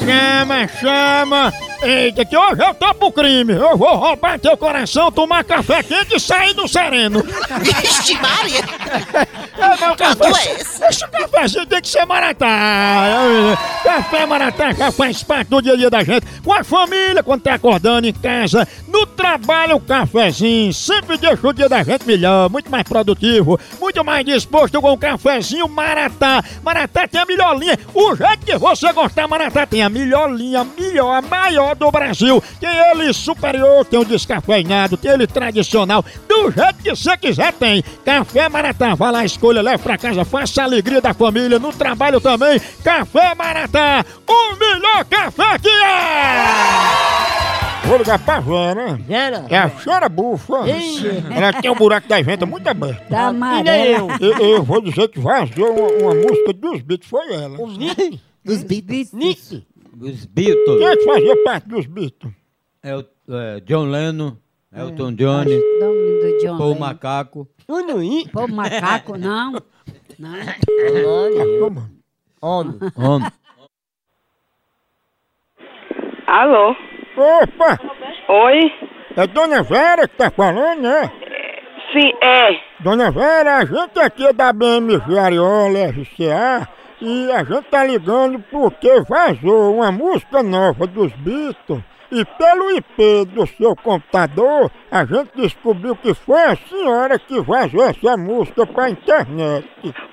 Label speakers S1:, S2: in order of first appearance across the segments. S1: ela chama. Eita, que hoje eu tô pro crime. Eu vou roubar teu coração, tomar café quente e sair do sereno.
S2: Vixe, Maria!
S1: É, meu café.
S2: Quanto é esse?
S1: Esse cafezinho tem que ser maratá. É, Café maratá já faz parte do dia a dia da gente. Com a família, quando tá acordando em casa, no trabalho, o cafezinho sempre deixa o dia da gente melhor, muito mais produtivo, muito mais disposto com o cafezinho maratá. Maratá tem a melhor linha. O jeito que você gostar, maratá tem a melhor linha, a melhor, a maior do Brasil. Tem ele superior, tem o descafeinado, tem ele tradicional. Do jeito que você quiser, tem. Café Maratá. Vá lá, escolha, leve pra casa, faça a alegria da família, no trabalho também. Café Maratá, o melhor café que é! Vou ligar pra Vera.
S3: Vera.
S1: É a cheira bufa. Ela tem um buraco da venta muito aberto.
S4: Tá amarelo.
S1: Eu, eu vou dizer que vazou uma, uma música dos Beatles, foi ela.
S3: Os Nick.
S2: Dos Beatles.
S3: Nick.
S5: Os
S1: Quem
S5: Beatles.
S1: é que fazia parte dos Beatles?
S5: É o é, John Lennon, Elton Johnny,
S4: Nome do John
S5: Paul
S4: Lennon.
S5: Macaco.
S3: Unuí.
S4: Pô, macaco, não. Não.
S1: Achou, mano?
S3: Homem.
S5: Homem.
S6: Alô?
S1: Opa!
S6: Oi?
S1: É Dona Vera que tá falando, né?
S6: Sim, é.
S1: Dona Vera, a gente aqui é da BMG Ariola RCA e a gente tá ligando porque vazou uma música nova dos Beatles e pelo IP do seu computador a gente descobriu que foi a senhora que vazou essa música pra internet.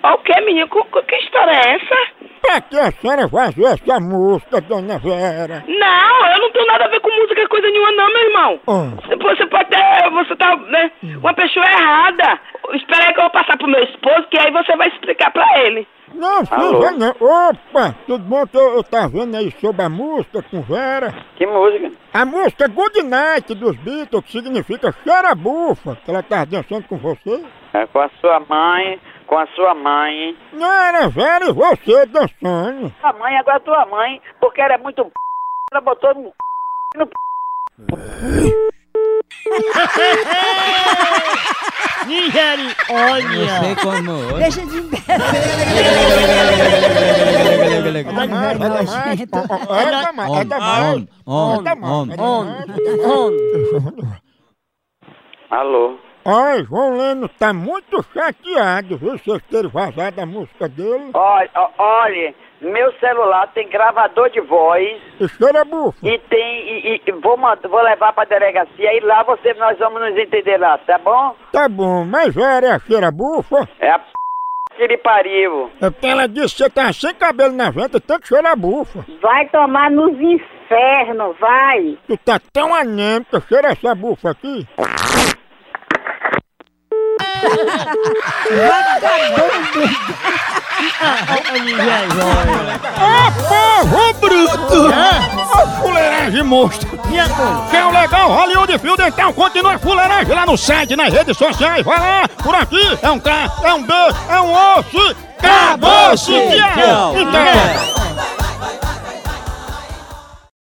S6: O que, menino? Co- co- Que história é essa?
S1: Pra que a senhora vazou essa música, Dona Vera?
S6: Não, eu não tenho nada a ver com música, coisa nenhuma, não, meu irmão.
S1: Ah.
S6: Você pode ter. Você tá. Né, uma pessoa errada. Espera aí que eu vou passar pro meu esposo, que aí você vai explicar pra ele.
S1: Não,
S6: Alô?
S1: filha, não. Opa, tudo bom que eu, eu tava vendo aí sobre a música com Vera?
S6: Que música?
S1: A música é Good Night dos Beatles, que significa cheira bufa, que ela tá dançando com você.
S7: É, com a sua mãe, com a sua mãe.
S1: Não era Vera e você dançando.
S7: A mãe, agora tua mãe, porque era muito p... ela botou no
S3: Nigeri.
S5: Não sei
S3: Olha.
S5: como.
S4: Deixa de
S1: É mais, é da mais,
S4: nojento.
S1: ó, ó, é da mais, é da mais.
S5: Homem, homem,
S1: É da mais,
S5: homem,
S1: é da mais.
S3: Homem. Homem.
S7: Alô?
S1: Ai, João Leno tá muito chateado, viu, vocês terem vazado a música dele.
S7: Olha, ó, olha, meu celular tem gravador de voz
S1: E cheira bufa.
S7: e tem. E, e- e vou, mand- vou levar pra delegacia e lá você, nós vamos nos entender lá, tá bom?
S1: Tá bom, mas Vera é a cheira bufa.
S7: É a p que lhe pariu.
S1: É porque ela disse que você tá sem cabelo na venta, tanto cheira bufa.
S8: Vai tomar nos infernos, vai!
S1: Tu tá tão anêmica, cheira essa bufa aqui. Ô povo bruto! É, ô fuleiragem monstro! Que é o legal Hollywood Field, então continua a fuleiragem lá no site, nas redes sociais, vai lá, por aqui, é um K, é um B, é um osso, acabou-se!
S5: Tchau.
S1: Então,